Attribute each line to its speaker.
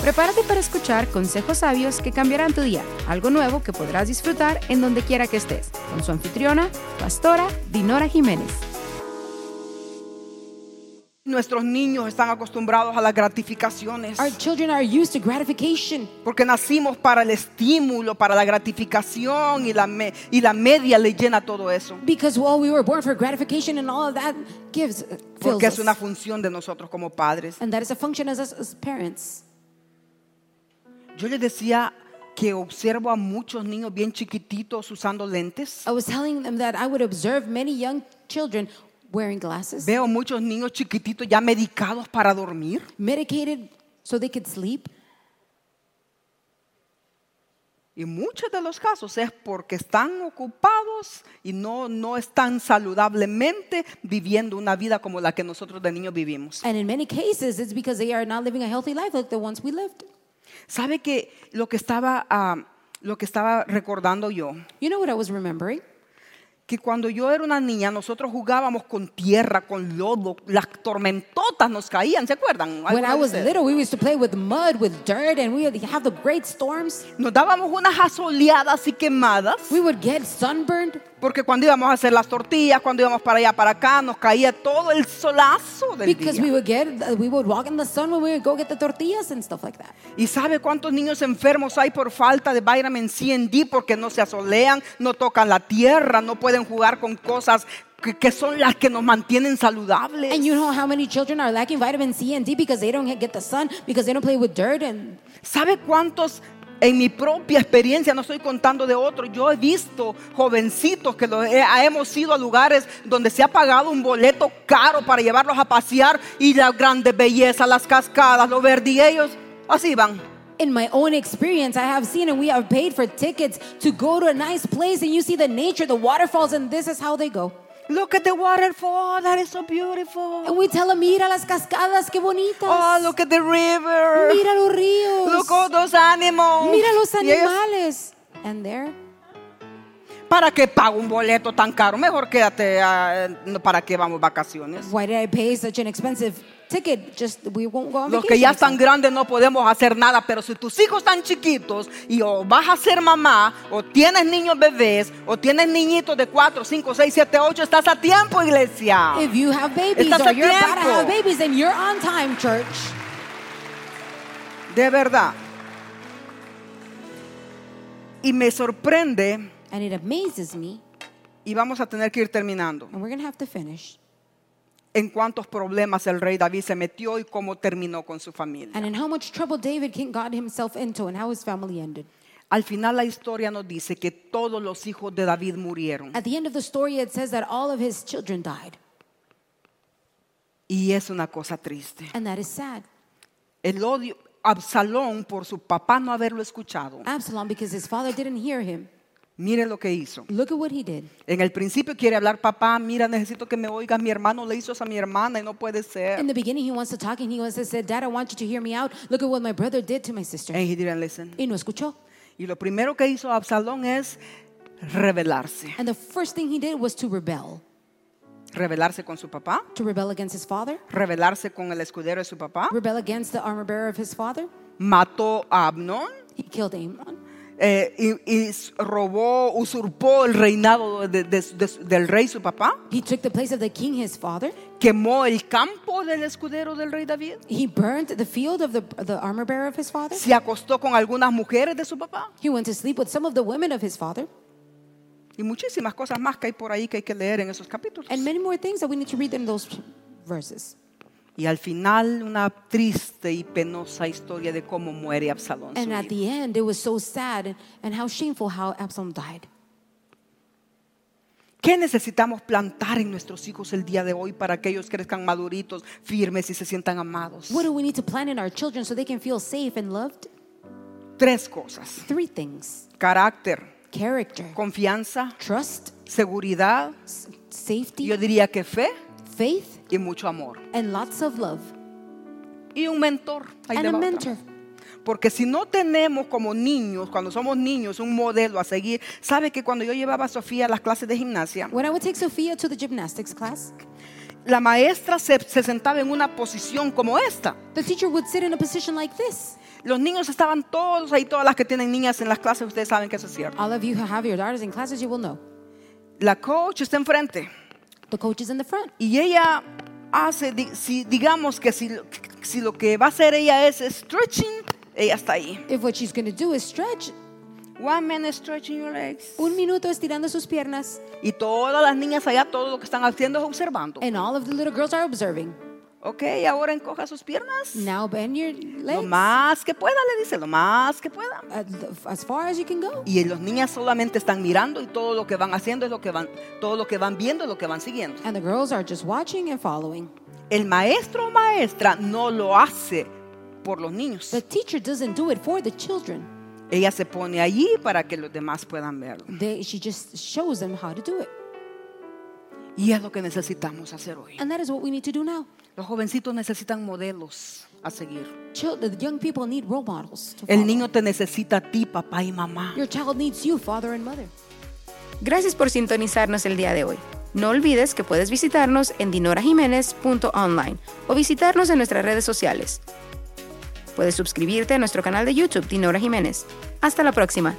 Speaker 1: Prepárate para escuchar consejos sabios que cambiarán tu día, algo nuevo que podrás disfrutar en donde quiera que estés, con su anfitriona, pastora Dinora Jiménez.
Speaker 2: Nuestros niños están acostumbrados a las gratificaciones
Speaker 3: Our children are used to gratification
Speaker 2: porque nacimos para el estímulo, para la gratificación y la, me- y la media le llena todo eso.
Speaker 3: because, well, we were born for gratification and all of that gives, uh, fills
Speaker 2: Porque es una
Speaker 3: us.
Speaker 2: función de nosotros como padres.
Speaker 3: And that is a function as us as parents.
Speaker 2: Yo les decía que observo a muchos niños bien chiquititos usando lentes.
Speaker 3: I was telling them that I would observe many young children wearing glasses,
Speaker 2: Veo muchos niños chiquititos ya medicados para dormir.
Speaker 3: medicated so they could sleep.
Speaker 2: Y muchos de los casos es porque están ocupados y no, no están saludablemente viviendo una vida como la que nosotros de niños vivimos.
Speaker 3: And in many cases, it's because they are not living a healthy life like the ones we lived.
Speaker 2: ¿Sabe que lo que estaba, ah, lo que estaba recordando yo?
Speaker 3: You know what I was remembering?
Speaker 2: Que cuando yo era una niña, nosotros jugábamos con tierra, con lodo, las tormentotas nos caían, ¿se acuerdan?
Speaker 3: When
Speaker 2: ¿Alguna
Speaker 3: I
Speaker 2: de
Speaker 3: was
Speaker 2: ustedes?
Speaker 3: little, we used to play with mud, with dirt, and we would have the great storms.
Speaker 2: Nos dábamos unas asoleadas y quemadas,
Speaker 3: We would get sunburned
Speaker 2: porque cuando íbamos a hacer las tortillas, cuando íbamos para allá, para acá, nos caía todo el solazo del
Speaker 3: because
Speaker 2: día.
Speaker 3: we would get uh, we would walk in the sun when we would go get the tortillas and stuff like that.
Speaker 2: ¿Y sabe cuántos niños enfermos hay por falta de vitamin C en D porque no se asolean, no tocan la tierra, no pueden jugar con cosas que, que son las que nos mantienen saludables?
Speaker 3: And you know how many children are lacking vitamin C and D because they don't get the sun, because they don't play with dirt and
Speaker 2: ¿Sabe cuántos en mi propia experiencia, no estoy contando de otro, yo he visto jovencitos que lo- eh, hemos ido a lugares donde se ha pagado un boleto caro para llevarlos a pasear y la grande belleza, las cascadas, lo verde y ellos así van.
Speaker 3: in my own experience, I have seen and we have paid for tickets to go to a nice place and you see the nature, the waterfalls, and this is how they go.
Speaker 2: Look at the waterfall, that is so beautiful.
Speaker 3: And we tell them, mira las cascadas, qué bonitas.
Speaker 2: Oh, look at the river.
Speaker 3: mira los ríos.
Speaker 2: Look all those animals.
Speaker 3: mira los
Speaker 2: Y ellos,
Speaker 3: animales. And there,
Speaker 2: ¿Para qué pago un boleto tan caro? Mejor quédate. ah, no, ¿Para qué vamos vacaciones?
Speaker 3: why did I pay such an expensive ticket? Just we won't go on
Speaker 2: Los que
Speaker 3: vacation
Speaker 2: ya
Speaker 3: or
Speaker 2: están
Speaker 3: something.
Speaker 2: grandes no podemos hacer nada, pero si tus hijos están chiquitos y o vas a ser mamá, o tienes niños bebés, o tienes niñitos de 4, 5, 6, 7, 8, estás a tiempo, iglesia.
Speaker 3: If you have babies
Speaker 2: Estás a
Speaker 3: or you're about to
Speaker 2: tiempo.
Speaker 3: have babies, then you're on time, church.
Speaker 2: De verdad. Y me sorprende,
Speaker 3: And it amazes me,
Speaker 2: y vamos a tener que ir terminando.
Speaker 3: and we're gonna have to finish.
Speaker 2: en cuántos problemas el rey David se metió y cómo terminó con su familia.
Speaker 3: And in how much trouble David King got himself into, and how his family ended.
Speaker 2: Al final la historia nos dice que todos los hijos de David murieron
Speaker 3: At the end of the story, it says that all of his children died,
Speaker 2: y es una cosa triste.
Speaker 3: and that is sad.
Speaker 2: El odio, Absalón por su papá no haberlo escuchado,
Speaker 3: Absalom, because his father didn't hear him.
Speaker 2: mire lo que hizo.
Speaker 3: Look at what he did.
Speaker 2: En el principio quiere hablar, papá, mira, necesito que me oigas, mi hermano le hizo eso a mi hermana y no puede
Speaker 3: In
Speaker 2: ser.
Speaker 3: the beginning, he wants to talk, and he wants to say, "Dad, I want you to hear me out. Look at what my brother did to my sister."
Speaker 2: And he didn't listen.
Speaker 3: Y no escuchó.
Speaker 2: Y lo primero que hizo Absalón es rebelarse.
Speaker 3: And the first thing he did was to rebel,
Speaker 2: Rebelarse con su papá,
Speaker 3: to rebel against his father,
Speaker 2: rebelarse con el escudero de su papá.
Speaker 3: rebel against the armor bearer of his father.
Speaker 2: Mató a Abnón.
Speaker 3: He killed Amnon.
Speaker 2: Eh, y, y s- robó, usurpó el reinado de- de- de- del rey su papá,
Speaker 3: He took the place of the king, his father.
Speaker 2: quemó el campo del escudero del rey David,
Speaker 3: He burned the field of the, the armor bearer of his father.
Speaker 2: se acostó con algunas mujeres de su papá
Speaker 3: He went to sleep with some of the women of his father.
Speaker 2: y muchísimas cosas más que hay por ahí que hay que leer en esos capítulos.
Speaker 3: And many more things that we need to read in those verses.
Speaker 2: Y al final una triste y penosa historia de cómo muere Absalón. su
Speaker 3: And at
Speaker 2: hijo.
Speaker 3: the end, it was so sad and how shameful how Absalom died.
Speaker 2: ¿Qué necesitamos plantar en nuestros hijos el día de hoy para que ellos crezcan maduritos, firmes y se sientan amados?
Speaker 3: What do we need to plant in our children so they can feel safe and loved?
Speaker 2: Tres cosas.
Speaker 3: Three things
Speaker 2: Carácter,
Speaker 3: character,
Speaker 2: confianza,
Speaker 3: trust,
Speaker 2: seguridad
Speaker 3: s- safety,
Speaker 2: Yo diría que fe
Speaker 3: faith,
Speaker 2: y mucho amor.
Speaker 3: and lots of love.
Speaker 2: Y un mentor. Ahí
Speaker 3: And
Speaker 2: le
Speaker 3: a
Speaker 2: va otra
Speaker 3: mentor.
Speaker 2: más. Porque si no tenemos como niños, cuando somos niños, un modelo a seguir, sabe que cuando yo llevaba a Sofía a las clases de gimnasia
Speaker 3: When I would take Sophia to the gymnastics class,
Speaker 2: la maestra se, se sentaba en una posición como esta.
Speaker 3: The teacher would sit in a position like this.
Speaker 2: Los niños estaban todos ahí, todas las que tienen niñas en las clases, ustedes saben que eso es cierto.
Speaker 3: All of you who have your daughters in classes, you will know.
Speaker 2: La coach está enfrente
Speaker 3: The coach is in the front.
Speaker 2: y ella hace, di- si, digamos que si, lo- si lo que va a hacer ella es stretching, ella está ahí.
Speaker 3: If what she's going to do is stretch,
Speaker 2: One minute stretching your legs.
Speaker 3: un minuto estirando sus piernas,
Speaker 2: Y todas las niñas allá, todo lo que están haciendo es observando.
Speaker 3: and all of the little girls are observing.
Speaker 2: Ok, ahora encoja sus piernas.
Speaker 3: Now bend your
Speaker 2: Lo
Speaker 3: legs uh,
Speaker 2: más que pueda, le dice, lo más que pueda.
Speaker 3: as- as far as you can go.
Speaker 2: Y los niñas solamente están mirando y todo lo que van haciendo es lo que van, todo lo que van viendo es lo que van siguiendo.
Speaker 3: And the girls are just watching and following.
Speaker 2: El maestro o maestra no lo hace por los niños.
Speaker 3: The teacher doesn't do it for the children.
Speaker 2: Ella se pone allí para que los demás puedan verlo.
Speaker 3: They, she just shows them how to do it.
Speaker 2: Y es lo que necesitamos hacer hoy.
Speaker 3: And that is what we need to do now.
Speaker 2: Los jovencitos necesitan modelos a seguir.
Speaker 3: Children, the young people need role models. To
Speaker 2: El
Speaker 3: follow.
Speaker 2: niño te necesita a ti, papá y mamá.
Speaker 3: Your child needs you, father and mother.
Speaker 1: Gracias por sintonizarnos el día de hoy. No olvides que puedes visitarnos en dinorajiménez.online o visitarnos en nuestras redes sociales. Puedes suscribirte a nuestro canal de YouTube Dinora Jiménez. Hasta la próxima.